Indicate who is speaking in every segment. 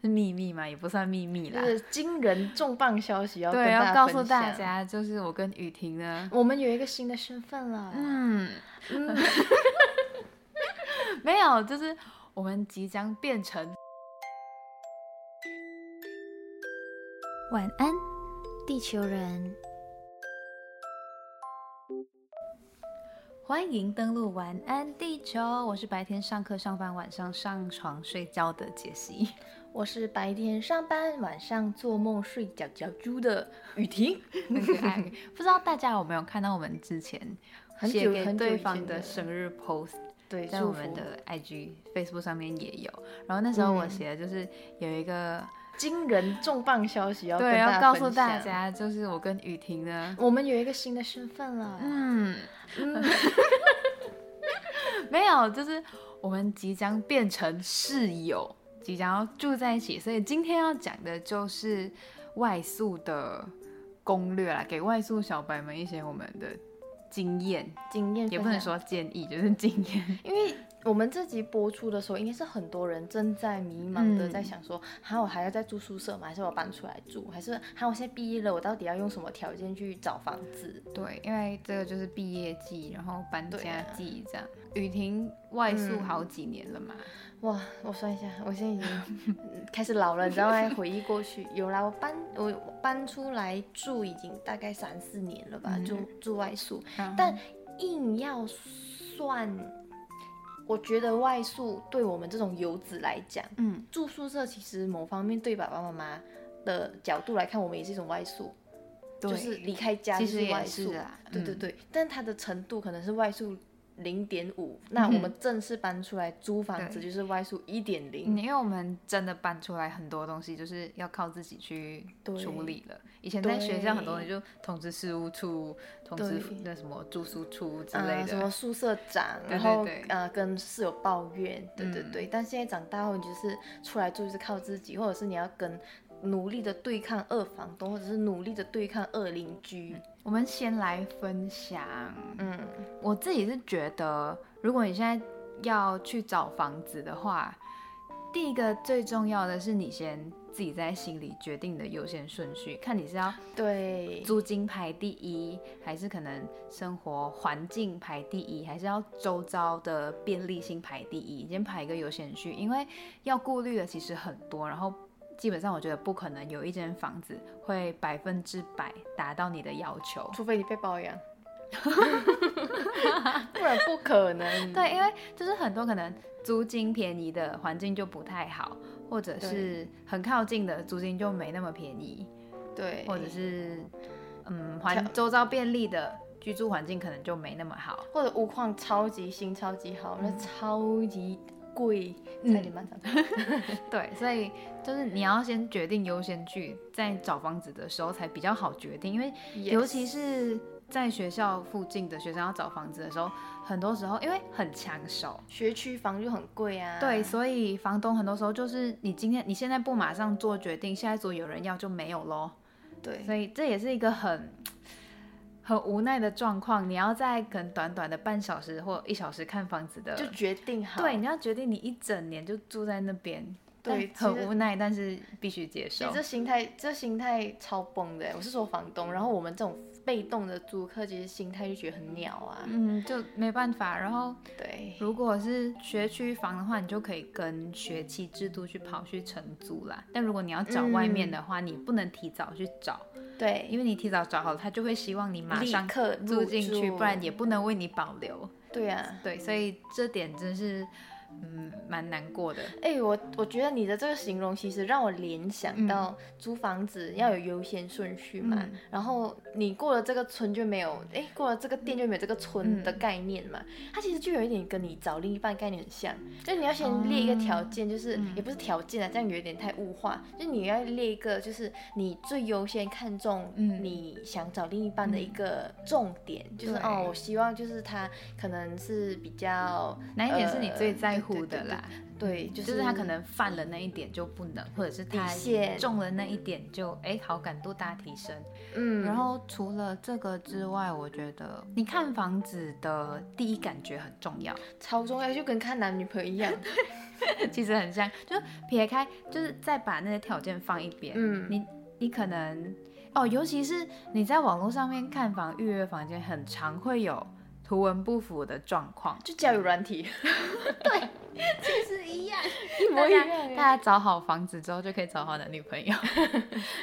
Speaker 1: 秘密嘛，也不算秘密
Speaker 2: 就
Speaker 1: 啦。
Speaker 2: 是惊人重磅消息要跟
Speaker 1: 对，要告诉
Speaker 2: 分
Speaker 1: 大
Speaker 2: 享，
Speaker 1: 家，就是我跟雨婷呢，
Speaker 2: 我们有一个新的身份了。
Speaker 1: 嗯，
Speaker 2: 嗯，
Speaker 1: 没有，就是我们即将变成
Speaker 3: 晚安，地球人。
Speaker 1: 欢迎登录晚安地球，我是白天上课上班，晚上上床睡觉的杰西。
Speaker 2: 我是白天上班，晚上做梦睡觉觉猪的雨婷。
Speaker 1: 很可 爱。不知道大家有没有看到我们之前
Speaker 2: 很
Speaker 1: 写
Speaker 2: 久
Speaker 1: 给
Speaker 2: 很久
Speaker 1: 对
Speaker 2: 以
Speaker 1: 方
Speaker 2: 前
Speaker 1: 的
Speaker 2: 的
Speaker 1: 生日 post，
Speaker 2: 对，
Speaker 1: 在
Speaker 2: 祝
Speaker 1: 我们
Speaker 2: 福
Speaker 1: 的 IG、Facebook 上面也有。然后那时候我
Speaker 2: 嗯
Speaker 1: 写的就是有一个，
Speaker 2: 惊人重磅消息要跟
Speaker 1: 对，要告诉
Speaker 2: 分
Speaker 1: 大
Speaker 2: 享，
Speaker 1: 家，就是我跟雨婷呢，
Speaker 2: 我们有一个新的身份了。
Speaker 1: 嗯，
Speaker 2: 嗯，
Speaker 1: 没有，就是我们即将变成室友，即将要住在一起。所以今天要讲的就是外宿的攻略啦，给外宿小白们一些我们的经验，
Speaker 2: 经验
Speaker 1: 也
Speaker 2: 分
Speaker 1: 不能
Speaker 2: 享，
Speaker 1: 说建议，就是经验。
Speaker 2: 因为我们这集播出的时候，应该是很多人正在迷茫的
Speaker 1: 嗯
Speaker 2: 在想说，哈、我还要再住宿舍吗？还是我搬出来住？还是哈，我现在毕业了，我到底要用什么条件去找房子？
Speaker 1: 对，因为这个就是毕业季，然后搬
Speaker 2: 对
Speaker 1: 家
Speaker 2: 啊
Speaker 1: 季这样。雨婷外宿
Speaker 2: 嗯
Speaker 1: 好几年了嘛，
Speaker 2: 哇，我算一下，我现在已经嗯开始老了，你知道吗？回忆过去，有啦，我搬我我搬出来住已经大概三四年了吧，
Speaker 1: 嗯
Speaker 2: 住住外宿，
Speaker 1: 然后
Speaker 2: 但硬要算，我觉得外宿对我们这种游子来讲，
Speaker 1: 嗯，
Speaker 2: 住宿舍其实某方面对爸爸妈妈的角度来看，我们也是一种外宿，
Speaker 1: 对，
Speaker 2: 就是离开家
Speaker 1: 其
Speaker 2: 就
Speaker 1: 实也
Speaker 2: 外
Speaker 1: 是
Speaker 2: 宿。
Speaker 1: 啦，
Speaker 2: 对对
Speaker 1: 嗯，
Speaker 2: 对，但它的程度可能是外宿零点五，那我们正式搬出来租房
Speaker 1: 嗯
Speaker 2: 子
Speaker 1: 对
Speaker 2: 就是外宿一点零
Speaker 1: 嗯。因为我们真的搬出来很多东西，就是要靠自己去
Speaker 2: 对
Speaker 1: 处理了。以前在学校很多人就通知事务处、通知
Speaker 2: 对
Speaker 1: 那什么住宿处之类
Speaker 2: 啊，什么
Speaker 1: 的，
Speaker 2: 宿舍长，
Speaker 1: 对
Speaker 2: 然后
Speaker 1: 对对
Speaker 2: 呃跟室友抱怨，对对
Speaker 1: 嗯
Speaker 2: 对。但现在长大后，你就是出来住就是靠自己，或者是你要跟努力的对抗二房东，或者是努力的对抗二邻居。
Speaker 1: 我们先来分享。
Speaker 2: 嗯，
Speaker 1: 我自己是觉得，如果你现在要去找房子的话，第一个最重要的是你先自己在心里决定你的优先顺序，看你是要
Speaker 2: 对，
Speaker 1: 租金排第一，还是可能生活环境排第一，还是要周遭的便利性排第一，先排一个优先序，因为要顾虑的其实很多，然后。基本上，我觉得不可能有一间房子会百分之百达到你的要求。
Speaker 2: 除非你被 包养，不然不可能。
Speaker 1: 对，因为就是很多可能租金便宜的环境就不太好，或者是很靠近的租金就没那么便宜，
Speaker 2: 对，
Speaker 1: 或者是嗯环
Speaker 2: 条
Speaker 1: 周遭便利的居住环境可能就没那么好。
Speaker 2: 或者屋况超级新、超级好，那超级贵，
Speaker 1: 嗯
Speaker 2: 差点慢讲。
Speaker 1: 对，所以就是你要先决定优先序，在找房子的时候才比较好决定，因为尤其是在学校附近的学生要找房子的时候，很多时候因为很抢手，
Speaker 2: 学区房就很贵啊。
Speaker 1: 对，所以房东很多时候就是你今天你现在不马上做决定，下一组有人要就没有喽。
Speaker 2: 对
Speaker 1: 所以这也是一个很很无奈的状况。你要在可能短短的半小时或一小时看房子的，
Speaker 2: 就决定好。
Speaker 1: 对，你要决定你一整年就住在那边，
Speaker 2: 对
Speaker 1: 但
Speaker 2: 其实
Speaker 1: 很无奈，但是必须接
Speaker 2: 其实
Speaker 1: 受
Speaker 2: 这。心态，这心态超崩的欸。我是说房
Speaker 1: 嗯
Speaker 2: 东，然后我们这种被动的租客，其实心态就觉得很鸟啊。
Speaker 1: 嗯，就没办法。然后，
Speaker 2: 对，
Speaker 1: 如果是学区房的话，你就可以跟学期制度去跑去承租啦。但如果你要找外面
Speaker 2: 嗯
Speaker 1: 的话，你不能提早去找，
Speaker 2: 对，
Speaker 1: 因为你提早找好了，他就会希望你马
Speaker 2: 立
Speaker 1: 上
Speaker 2: 刻
Speaker 1: 租
Speaker 2: 入
Speaker 1: 进去，
Speaker 2: 住
Speaker 1: 不然也不能为你保留。
Speaker 2: 对啊。
Speaker 1: 对，所以这点真是，嗯，蛮难过的。
Speaker 2: 哎、我我觉得你的这个形容其实让我联想
Speaker 1: 嗯
Speaker 2: 到租房子要有优先顺序嘛，
Speaker 1: 嗯
Speaker 2: 然后你过了这个村就没有，哎、过了这个店就没有这个村的
Speaker 1: 嗯
Speaker 2: 概念嘛，它其实就有一点跟你找另一半概念很像，就是你要先列一个
Speaker 1: 哦
Speaker 2: 条件，就是、
Speaker 1: 嗯
Speaker 2: 也不是条件啊，这样有一点太物化，就是你要列一个就是你最优先看重
Speaker 1: 嗯
Speaker 2: 你想找另一半的一个重点，就是
Speaker 1: 对
Speaker 2: 哦，我希望就是他可能是比较
Speaker 1: 哪一点是你最
Speaker 2: 呃
Speaker 1: 在
Speaker 2: 对
Speaker 1: 乎
Speaker 2: 对
Speaker 1: 的
Speaker 2: 对
Speaker 1: 啦？
Speaker 2: 对，就
Speaker 1: 就是是他可能犯了那一点就不能，或者是他
Speaker 2: 底线
Speaker 1: 中了那一点就哎好感度大提升。
Speaker 2: 嗯，
Speaker 1: 然后除了这个之外，我觉得你看房子的第一感觉很重 要，
Speaker 2: 超重要，就跟看男女朋友一 样，
Speaker 1: 其实很像，就是撇开，就是再把那些条件放一边，
Speaker 2: 嗯，
Speaker 1: 你你可能哦，尤其是你在网络上面看房预约房间，很常会有图文不符的状况，
Speaker 2: 就交友软 体
Speaker 1: 其实一样，
Speaker 2: 一模一样
Speaker 1: 大家找好房子之后，就可以找好男女朋 友。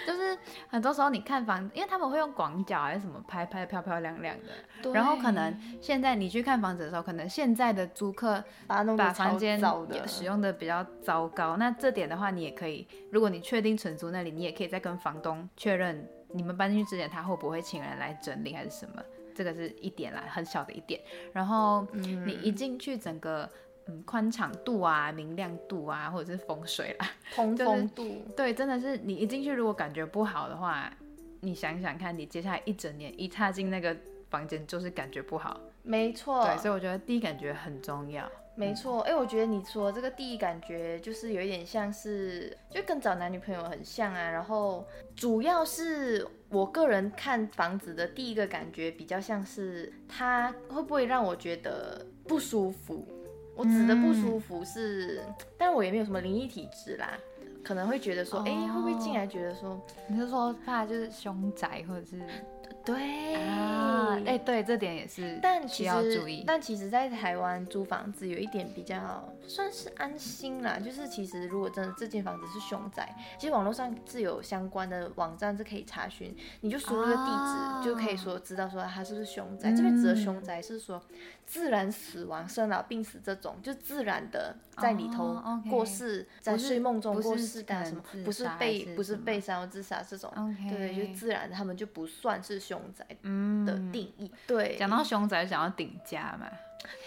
Speaker 1: 就是很多时候你看房，因为他们会用广角还是什么拍拍得漂漂亮亮的，
Speaker 2: 对
Speaker 1: 然后可能现在你去看房子的时候，可能现在的租客
Speaker 2: 把它弄得
Speaker 1: 把
Speaker 2: 超
Speaker 1: 房间
Speaker 2: 糟的，
Speaker 1: 使用的比较糟糕。那这点的话，你也可以，如果你确定承租那里，你也可以再跟房东确认，你们搬进去之前他会不会请人来整理还是什么。这个是一点啦，很小的一点。然后你
Speaker 2: 嗯
Speaker 1: 一进去，整个嗯宽敞度啊、明亮度啊，或者是风水啦，
Speaker 2: 通
Speaker 1: 就是
Speaker 2: 风度，
Speaker 1: 对，真的是你一进去，如果感觉不好的话，你想想看，你接下来一整年一踏进那个房间就是感觉不好。
Speaker 2: 没错，
Speaker 1: 对，所以我觉得第一感觉很重要。
Speaker 2: 没错，哎、我觉得你说这个第一感觉就是有一点像是，就跟找男女朋友很像啊。然后主要是我个人看房子的第一个感觉比较像是，它会不会让我觉得不舒服？我指的不舒服是，但我也没有什么灵异体质啦，可能会觉得说，哎、会不会进来觉得说，
Speaker 1: 你是说怕就是凶宅或者是
Speaker 2: 对
Speaker 1: 啊？哎、对，这点也是，
Speaker 2: 但
Speaker 1: 需
Speaker 2: 其
Speaker 1: 要
Speaker 2: 实
Speaker 1: 注意，。
Speaker 2: 但其实，在台湾租房子有一点比较算是安心啦，就是其实如果真的这间房子是凶宅，其实网络上是有相关的网站是可以查询，你就输入个地址、
Speaker 1: 啊
Speaker 2: 就可以说知道说它是不是凶宅。这边指的凶
Speaker 1: 嗯
Speaker 2: 宅是说自然死亡、生老病死这种，就自然的在里头
Speaker 1: 哦，OK
Speaker 2: 过世，在
Speaker 1: 不是
Speaker 2: 睡梦中
Speaker 1: 不
Speaker 2: 过
Speaker 1: 是
Speaker 2: 世的啊
Speaker 1: 可能
Speaker 2: 什么
Speaker 1: 自，
Speaker 2: 不是
Speaker 1: 杀
Speaker 2: 被
Speaker 1: 还是
Speaker 2: 不是
Speaker 1: 什么
Speaker 2: 被杀或自杀这种
Speaker 1: OK
Speaker 2: 对，就自然的他们就不算是凶宅
Speaker 1: 嗯
Speaker 2: 的定义。对，
Speaker 1: 讲到凶宅，就讲到顶家嘛。嗯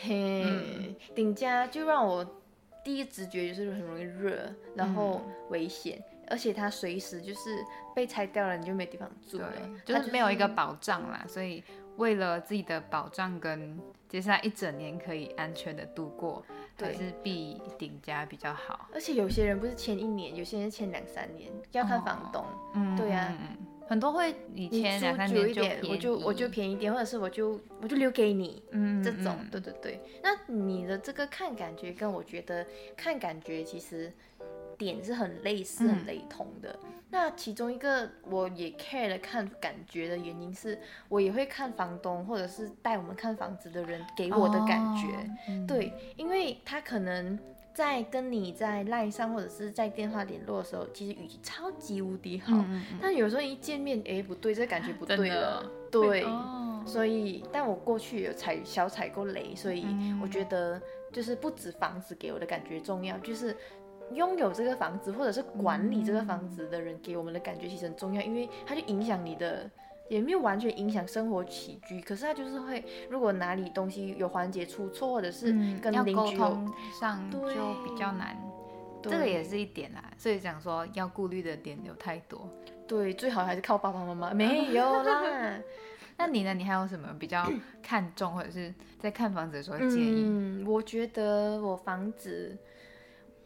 Speaker 2: 嘿，顶家就让我第一直觉就是很容易热，然后
Speaker 1: 嗯
Speaker 2: 危险，而且它随时就是被拆掉了，你就没地方住
Speaker 1: 对
Speaker 2: 了，，
Speaker 1: 就
Speaker 2: 它
Speaker 1: 是没有一个保障啦，所以为了自己的保障跟接下来一整年可以安全的度过，还
Speaker 2: 对
Speaker 1: 是避顶家比较好。
Speaker 2: 而且有些人不是签一年，有些人签两三年，要看房东。
Speaker 1: 嗯，
Speaker 2: 对啊
Speaker 1: 嗯，嗯嗯很多会你
Speaker 2: 你
Speaker 1: 签两三
Speaker 2: 租久一
Speaker 1: 就
Speaker 2: 点，我就我就便宜一点，或者是我就我就留给你。
Speaker 1: 嗯
Speaker 2: 这种，
Speaker 1: 嗯
Speaker 2: 对对对。那你的这个看感觉跟我觉得看感觉其实点是很类似、
Speaker 1: 嗯
Speaker 2: 很雷同的。那其中一个我也 care 的看感觉的原因是，我也会看房东或者是带我们看房子的人给我的感觉。
Speaker 1: 哦嗯
Speaker 2: 对，因为他可能在跟你在 line 上或者是在电话联络的时候，其实语气超级无敌好，
Speaker 1: 嗯嗯嗯
Speaker 2: 但有时候一见面，哎，不对，这感觉不
Speaker 1: 真
Speaker 2: 对
Speaker 1: 的
Speaker 2: 了，对。
Speaker 1: 哦
Speaker 2: 所以，但我过去有踩小踩过雷，所以
Speaker 1: 嗯
Speaker 2: 我觉得就是不止房子给我的感觉重要，就是拥有这个房子或者是管理这个
Speaker 1: 嗯
Speaker 2: 房子的人给我们的感觉其实很重要，因为它就影响你的，也没有完全影响生活起居，可是它就是会，如果哪里东西有环节出错，或者是
Speaker 1: 嗯
Speaker 2: 跟
Speaker 1: 要
Speaker 2: 邻
Speaker 1: 沟
Speaker 2: 居有，
Speaker 1: 通上
Speaker 2: 对
Speaker 1: 就比较难，这
Speaker 2: 对
Speaker 1: 个也是一点啦。所以讲说要顾虑的点有太多。
Speaker 2: 对，最好还是靠爸爸 妈妈，没有啦。
Speaker 1: 那你呢？你还有什么比 较看重，或者是在看房子的时候建议？
Speaker 2: 嗯，我觉得我房子，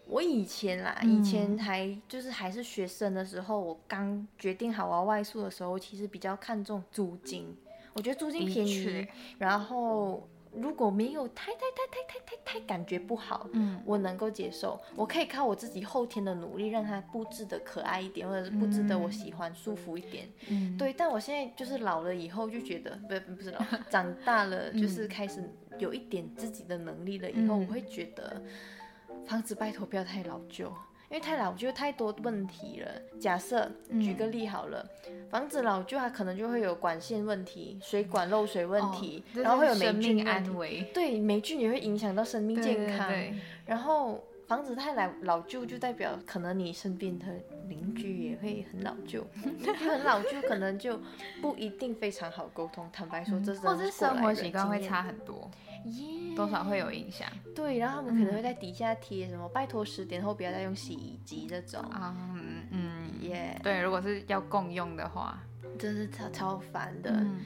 Speaker 2: 我以前啦，
Speaker 1: 嗯
Speaker 2: 以前还就是还是学生的时候，我刚决定好我要外宿的时候，其实比较看重租金，我觉得租金
Speaker 1: 的
Speaker 2: 便宜
Speaker 1: 确，
Speaker 2: 然后如果没有太太太太太太太感觉不好。
Speaker 1: 嗯，
Speaker 2: 我能够接受，我可以靠我自己后天的努力，让它布置的可爱一点，或者是布置的我
Speaker 1: 嗯
Speaker 2: 喜欢、舒服一点。
Speaker 1: 嗯，
Speaker 2: 对，但我现在就是老了以后就觉得，不不是老，长 大了就是开始有一点自己的能力了以后，
Speaker 1: 嗯
Speaker 2: 我会觉得房子拜托不要太老旧，因为太老旧太多问题了。假设
Speaker 1: 嗯
Speaker 2: 举个例好了，房子老旧它可能就会有管线问题、水管漏水问题，
Speaker 1: 哦
Speaker 2: 然后会有
Speaker 1: 这是
Speaker 2: 霉
Speaker 1: 生
Speaker 2: 菌
Speaker 1: 命
Speaker 2: 问题
Speaker 1: 安危、
Speaker 2: 对，霉菌也会影响到生命
Speaker 1: 对
Speaker 2: 健康。
Speaker 1: 对对
Speaker 2: 然后房子太老老旧，就代表可能你身边的邻居也会很老旧， 邻居很老旧，可能就不一定非常好沟通。坦白说，这真
Speaker 1: 嗯或
Speaker 2: 的
Speaker 1: 者是
Speaker 2: 是过来
Speaker 1: 生活
Speaker 2: 人
Speaker 1: 习惯会
Speaker 2: 经验
Speaker 1: 差，很多，
Speaker 2: 耶
Speaker 1: 多少会有嗯影响
Speaker 2: 对。然后他们可能会在底下贴什么“拜托十点后不要再用洗衣机”这种，
Speaker 1: 啊。嗯嗯，
Speaker 2: 耶、
Speaker 1: 对，如果是要共用的话，
Speaker 2: 真是超超烦的。
Speaker 1: 嗯，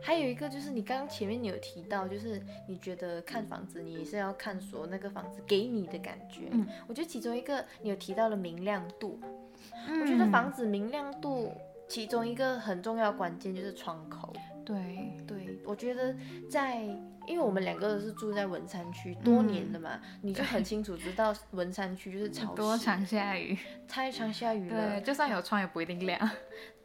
Speaker 2: 还有一个就是你刚刚前面你有提到，就是你觉得看房子你是要看说那个房子给你的感觉。
Speaker 1: 嗯，
Speaker 2: 我觉得其中一个你有提到了明亮度，我
Speaker 1: 我
Speaker 2: 觉得房子明亮度其中一个很重要的关键就是窗口。
Speaker 1: 嗯对，
Speaker 2: 对，我觉得在，因为我们两个是住在文山区多年了嘛，你就很清楚知道文山区就是潮
Speaker 1: 嗯
Speaker 2: 湿，
Speaker 1: 多常下雨，
Speaker 2: 太常下雨了
Speaker 1: 对，。就算有窗也不一定亮。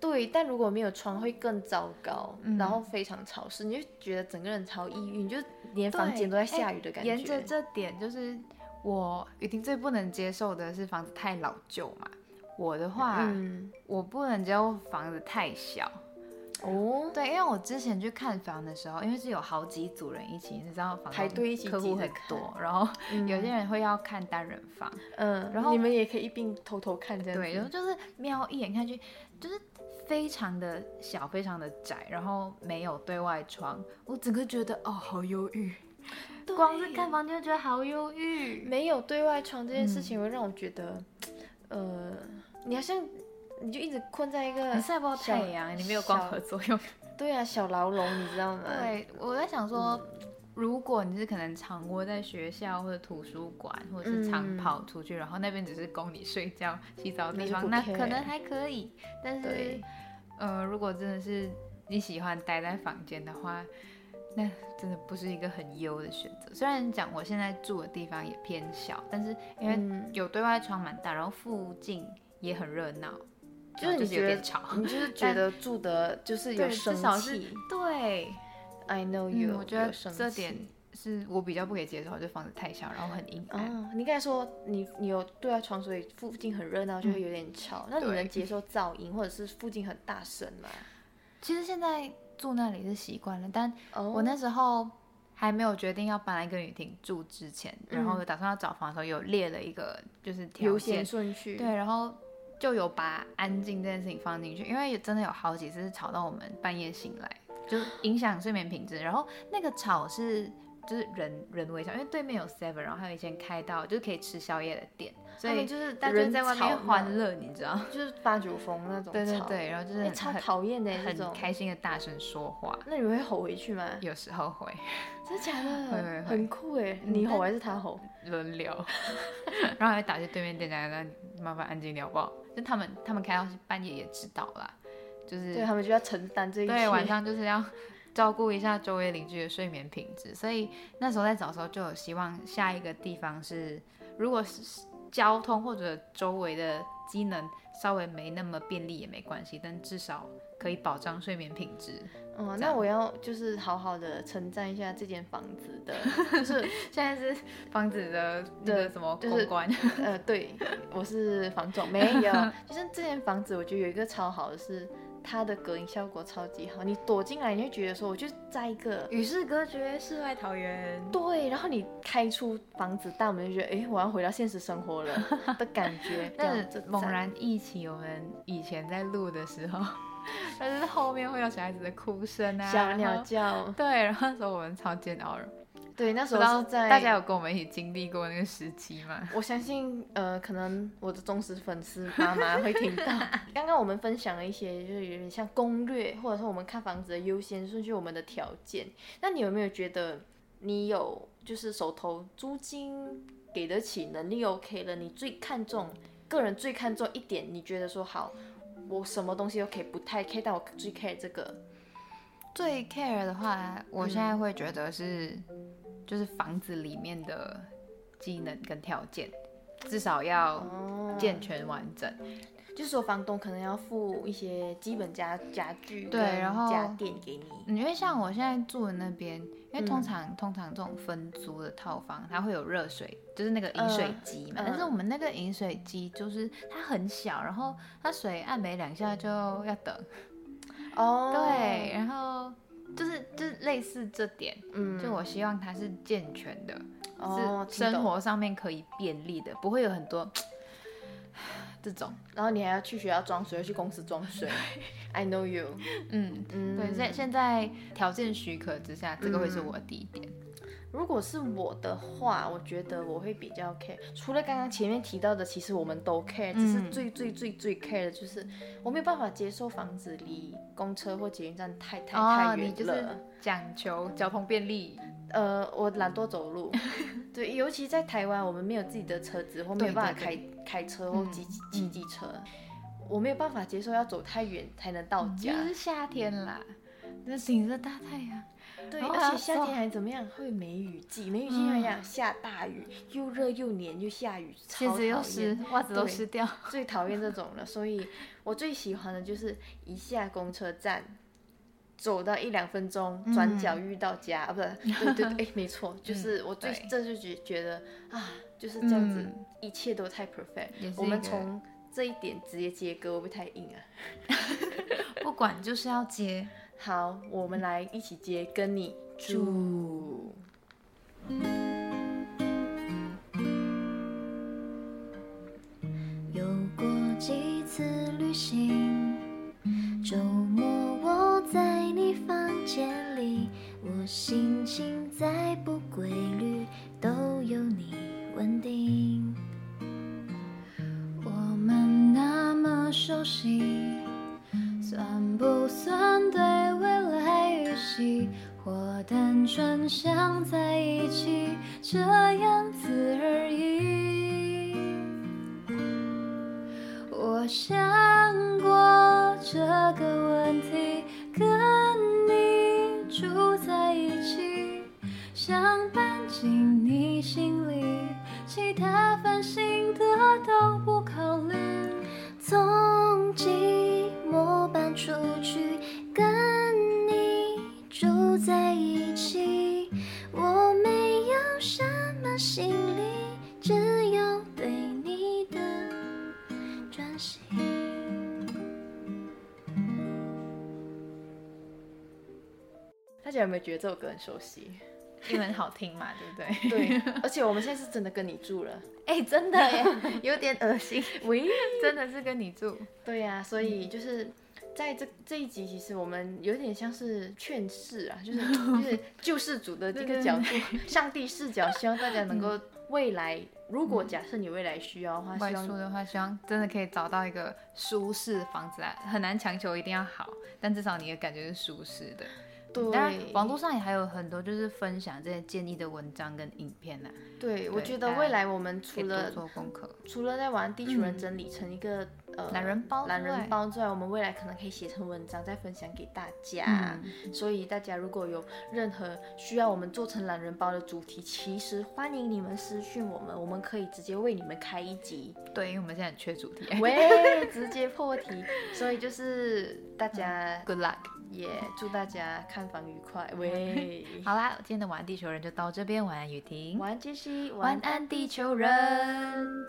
Speaker 2: 对，但如果没有窗会更糟糕，
Speaker 1: 嗯
Speaker 2: 然后非常潮湿，你就觉得整个人超抑郁，你就连
Speaker 1: 对
Speaker 2: 房间都在
Speaker 1: 哎
Speaker 2: 下雨的感觉。
Speaker 1: 沿着这点，就是我雨婷最不能接受的是房子太老旧嘛。我的话，
Speaker 2: 嗯，
Speaker 1: 我不能接受房子太小。
Speaker 2: 哦，
Speaker 1: 对，因为我之前去看房的时候，因为是有好几组人一起，你知道房东
Speaker 2: 排队一起
Speaker 1: 客户
Speaker 2: 挤着
Speaker 1: 很多，然后
Speaker 2: 嗯
Speaker 1: 有些人会要看单人房，
Speaker 2: 嗯，
Speaker 1: 然后
Speaker 2: 你们也可以一并偷偷看这样
Speaker 1: 对，然后
Speaker 2: 子。
Speaker 1: 就是瞄一眼看去，就是非常的小，非常的窄，然后没有对外窗，我整个觉得哦，好忧郁，
Speaker 2: 对
Speaker 1: 光是看房就觉得好忧郁。
Speaker 2: 没有对外窗这件事
Speaker 1: 嗯
Speaker 2: 情，会让我觉得，呃，你好像你就一直困在一个
Speaker 1: 你晒不到
Speaker 2: 小
Speaker 1: 太阳，你没有光
Speaker 2: 小
Speaker 1: 合作用。
Speaker 2: 对啊小牢笼，你知道吗？，
Speaker 1: 对，我在想说，如果你是可能常窝在学校或者图书馆，或者是常
Speaker 2: 嗯
Speaker 1: 跑出去，然后那边只是供你睡觉、洗澡的
Speaker 2: 那
Speaker 1: 地
Speaker 2: 就不
Speaker 1: 方，那可
Speaker 2: care
Speaker 1: 能还可以。但是
Speaker 2: 对，
Speaker 1: 呃，如果真的是你喜欢待在房间的话，那真的不是一个很优的选择。虽然讲我现在住的地方也偏小，但是因为
Speaker 2: 嗯
Speaker 1: 有对外窗蛮大，然后附近也很热闹，
Speaker 2: 就
Speaker 1: 然
Speaker 2: 是
Speaker 1: 后
Speaker 2: 你
Speaker 1: 有
Speaker 2: 觉
Speaker 1: 点
Speaker 2: 得
Speaker 1: 吵。
Speaker 2: 你就是觉
Speaker 1: 但
Speaker 2: 得住的就是有
Speaker 1: 对，
Speaker 2: 生
Speaker 1: 至少是
Speaker 2: 气。
Speaker 1: 对，
Speaker 2: I know
Speaker 1: 嗯
Speaker 2: you，、
Speaker 1: 我觉得
Speaker 2: 有生
Speaker 1: 这
Speaker 2: 气
Speaker 1: 点是我比较不可以接受，就房子太小，然后很阴暗。
Speaker 2: 哦，你刚才说你你有对外窗，所以附近很热闹，就会有点吵。那你
Speaker 1: 嗯对
Speaker 2: 能接受噪音，或者是附近很大声吗？
Speaker 1: 其实现在住那里是习惯了，但
Speaker 2: 哦，
Speaker 1: 我那时候还没有决定要搬来跟雨婷住之前，
Speaker 2: 嗯
Speaker 1: 然后打算要找房的时候，有列了一个就是条
Speaker 2: 优先
Speaker 1: 件，
Speaker 2: 顺序。
Speaker 1: 对，，然后就有把安静这件事情放进去，因为也真的有好几次是吵到我们半夜醒来， 就影响睡眠品质。然后那个吵是就是人人为吵，因为对面有 Seven，然后还有一间开到就是可以吃宵夜的店，所
Speaker 2: 他们
Speaker 1: 以
Speaker 2: 就是
Speaker 1: 大家
Speaker 2: 人
Speaker 1: 在外面
Speaker 2: 吵
Speaker 1: 欢
Speaker 2: 闹，
Speaker 1: 乐，你知道？
Speaker 2: 就是八九风那种。
Speaker 1: 对对，对，然后就是
Speaker 2: 哎、
Speaker 1: 很
Speaker 2: 超
Speaker 1: 很
Speaker 2: 讨厌的这
Speaker 1: 很
Speaker 2: 种。啊
Speaker 1: 开心的大声说话，
Speaker 2: 那你们会吼回去吗？
Speaker 1: 有时候 会
Speaker 2: 真的假
Speaker 1: 会会会嗯
Speaker 2: 的？很酷哎！你吼还是他吼？
Speaker 1: 轮流， 然后还打去对面店家，让麻烦安静点好不好？就他们他们开到半夜也知道啦，就是
Speaker 2: 对他们就要承担这一切。
Speaker 1: 对，晚上就是要 照顾一下周围邻居的睡眠品质，所以那时候在找的时候就有希望下一个地方是，如果是是交通或者周围的机能稍微没那么便利也没关系，但至少可以保障睡眠品质。
Speaker 2: 嗯，
Speaker 1: 这
Speaker 2: 那
Speaker 1: 样
Speaker 2: 我要就是好好的称赞一下这间房 子的，就是
Speaker 1: 现在是房子的那个
Speaker 2: 对
Speaker 1: 什么
Speaker 2: 就
Speaker 1: 公
Speaker 2: 是
Speaker 1: 关，
Speaker 2: 呃，对，我是房总，没有，就是这间房子，我觉得有一个超好的是它的隔音效果超级好，你躲进来，你会觉得说，我就在一个
Speaker 1: 与世隔绝，世外桃源。
Speaker 2: 对，然后你开出房子大门，就觉得，哎，我要回到现实生 活了的感觉，
Speaker 1: 但
Speaker 2: 这
Speaker 1: 是猛然忆起我们以前在录的时候， 但是后面会有小孩子的哭声啊，
Speaker 2: 小
Speaker 1: 然
Speaker 2: 鸟
Speaker 1: 后
Speaker 2: 叫，
Speaker 1: 对，然后那时候我们超煎熬的，
Speaker 2: 对，那
Speaker 1: 不
Speaker 2: 时
Speaker 1: 知
Speaker 2: 候
Speaker 1: 道
Speaker 2: 是在
Speaker 1: 大家有跟我们一起经历过那个时期吗？
Speaker 2: 我相信，呃，可能我的忠实粉丝妈妈 会听到。刚刚我们分享了一些，就是有点像攻略，或者说我们看房子的优先顺序，我们的条件。那你有没有觉得你有就是手头租金给得起，能力 OK 了，你最看重个人最看重一点，你觉得说好，我什么东西都可以不太 care，但我最 care 这个。
Speaker 1: 最 care 的话，我现在会觉得是，就是房子里面的机能跟条件，至少要
Speaker 2: 哦
Speaker 1: 健全完整。
Speaker 2: 就是说房东可能要付一些基本家家具
Speaker 1: 对
Speaker 2: 跟
Speaker 1: 然后
Speaker 2: 家电给你。
Speaker 1: 你会像我现在住的那边，因为通
Speaker 2: 嗯
Speaker 1: 常、通常这种分租的套房，它会有热水，就是那个饮水机嘛。
Speaker 2: 嗯嗯
Speaker 1: 但是我们那个饮水机就是它很小，然后它水按没两下就要等，
Speaker 2: 哦
Speaker 1: 对，，然后就是就是类似这点，
Speaker 2: 嗯
Speaker 1: 就我希望它是健全的，
Speaker 2: 哦，
Speaker 1: 是
Speaker 2: 听懂
Speaker 1: 生。活上面可以便利的，不会有很多 这种，
Speaker 2: 然后你还要去学校装水，又去公司装水。I know you。
Speaker 1: 嗯。嗯
Speaker 2: 嗯
Speaker 1: 对，现现在条件许可之下，这个会是我的第一点。
Speaker 2: 如果是我的话，我觉得我会比较 care。除了刚刚前面提到的，其实我们都 care，只是
Speaker 1: 嗯
Speaker 2: 最最最最 care 的就是我没有办法接受房子离公车或捷运站太太
Speaker 1: 哦，
Speaker 2: 太远
Speaker 1: 你就
Speaker 2: 了。
Speaker 1: 是嗯讲求交通便利，
Speaker 2: 呃，我懒惰走路， 对，尤其在台湾，我们没有自己的车子，或没有
Speaker 1: 嗯对
Speaker 2: 办法
Speaker 1: 对
Speaker 2: 开开车或
Speaker 1: 嗯
Speaker 2: 骑骑骑
Speaker 1: 嗯
Speaker 2: 机车，我没有办法接受要走太远才能到
Speaker 1: 就
Speaker 2: 家。
Speaker 1: 是夏天啦，嗯那顶着大太阳，
Speaker 2: 对，
Speaker 1: 然后
Speaker 2: 而
Speaker 1: 还要
Speaker 2: 且夏
Speaker 1: 嗯啊走
Speaker 2: 天还怎么样？会有梅雨季，梅雨季还
Speaker 1: 嗯
Speaker 2: 呀，下大雨，又热又黏又下雨，
Speaker 1: 鞋
Speaker 2: 超讨
Speaker 1: 子又湿
Speaker 2: 厌，，
Speaker 1: 袜子都
Speaker 2: 对
Speaker 1: 湿 掉。
Speaker 2: 最讨厌这种了。所以我最喜欢的就是一下公车站。走到一两分钟，
Speaker 1: 嗯
Speaker 2: 转角遇到家，啊，不是，对对 对，哎，没错，就是我最
Speaker 1: 对
Speaker 2: 这就觉觉得啊，就是这样子，
Speaker 1: 嗯
Speaker 2: 一切都太 perfect
Speaker 1: 也。是
Speaker 2: 我们
Speaker 1: 一个
Speaker 2: 从这一点直接切割，会不会太硬啊？
Speaker 1: 不管就是要接。
Speaker 2: 好，我们来一起接，跟你
Speaker 1: 嗯住
Speaker 2: 住。
Speaker 3: 有过几次旅行，周末我在你房间里，我心情再不规律，都有你稳定。我们那么熟悉，算不算对未来预习？或单纯想在一起，这样子而已。我想过这个问题，跟你住在一起，想搬进你心里，其他烦心的都不考虑，从寂寞搬出去，跟你住在一起，我没有什么心理，只有对你的。专心。
Speaker 2: 大家有没有觉得这首歌很熟悉？
Speaker 1: 英文好听嘛，对不对？
Speaker 2: 对，而且我们现在是真的跟你住了。
Speaker 1: 哎、真的耶，有点恶心。
Speaker 2: 喂，
Speaker 1: 真的是跟你住，
Speaker 2: 对呀、所
Speaker 1: 嗯
Speaker 2: 以就是在这这一集，其实我们有点像是劝世啊，就是 就是救世主的这个角度，上帝视角，希望大家能够未来，如果假设你未来需要的话，
Speaker 1: 嗯外
Speaker 2: 希
Speaker 1: 出
Speaker 2: 望
Speaker 1: 的话，啊希望真的可以找到一个舒适的房子啊，很难强求一定要好，但至少你的感觉是舒适的。当然，
Speaker 2: 对
Speaker 1: 网络上也还有很多就是分享这些建议的文章跟影片啊，
Speaker 2: 对，我
Speaker 1: 对
Speaker 2: 觉得
Speaker 1: 大家
Speaker 2: 未来我们
Speaker 1: 可
Speaker 2: 除
Speaker 1: 以多
Speaker 2: 了
Speaker 1: 做功课。
Speaker 2: 除了在玩地球人
Speaker 1: 嗯
Speaker 2: 整理成一个、呃
Speaker 1: 懒人包之
Speaker 2: 懒人
Speaker 1: 外
Speaker 2: 包之外，我们未来可能可以写成文章再分享给大家。
Speaker 1: 嗯
Speaker 2: 所以大家如果有任何需要我们做成懒人包的主题，其实欢迎你们私讯我们，我们可以直接为你们开一集。
Speaker 1: 对，因为我们现在很缺主题。
Speaker 2: 喂， 直接破题。所以就是大家
Speaker 1: Good luck。
Speaker 2: 也祝大家看房愉快。喂，
Speaker 1: 好啦，今天的晚安地球人就到这边，晚安雨婷，
Speaker 2: 晚安，杰西，
Speaker 1: 晚安地球人。